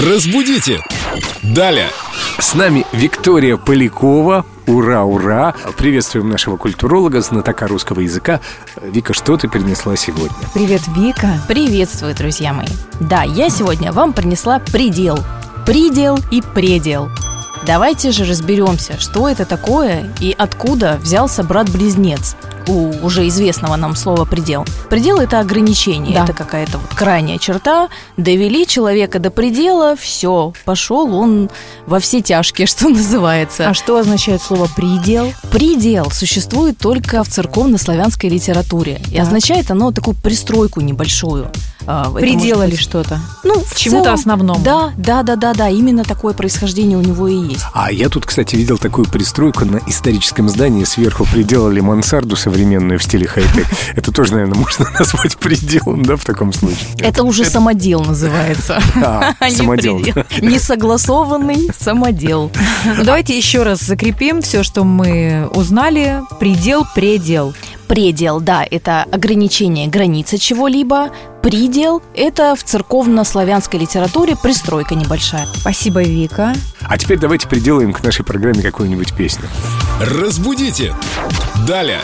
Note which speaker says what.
Speaker 1: Разбудите! Далее!
Speaker 2: С нами Виктория Полякова. Ура, ура! Приветствуем нашего культуролога, знатока русского языка. Вика, что ты принесла сегодня?
Speaker 3: Привет, Вика.
Speaker 4: Приветствую, друзья мои. Да, я сегодня вам принесла предел. Предел и предел. Давайте же разберемся, что это такое и откуда взялся брат-близнец у уже известного нам слова предел. Предел это ограничение,
Speaker 3: Да.
Speaker 4: это какая-то вот крайняя черта. Довели человека до предела, все, пошел он во все тяжкие, что называется.
Speaker 3: А что означает слово «предел»?
Speaker 4: Предел существует только в церковно-славянской литературе. И
Speaker 3: Так.
Speaker 4: означает оно такую пристройку небольшую. А, это
Speaker 3: Пределали
Speaker 4: может быть-
Speaker 3: что-то.
Speaker 4: Ну, в
Speaker 3: чему-то
Speaker 4: целом,
Speaker 3: основному.
Speaker 4: Да, да, да, да, да. Именно такое происхождение у него и есть.
Speaker 2: А я тут, кстати, видел такую пристройку на историческом здании. Сверху приделали мансарду современную в стиле хай-тек. Это тоже, наверное, можно назвать пределом, да, в таком случае?
Speaker 4: Это уже самодел называется.
Speaker 2: А,
Speaker 4: а не
Speaker 2: самодел.
Speaker 4: предел. Несогласованный самодел.
Speaker 3: Ну, давайте еще раз закрепим все, что мы узнали. Предел, предел.
Speaker 4: Предел, да, это ограничение границы чего-либо. Предел – это в церковно-славянской литературе пристройка небольшая.
Speaker 3: Спасибо, Вика.
Speaker 2: А теперь давайте приделаем к нашей программе какую-нибудь песню.
Speaker 1: Разбудите! Далее!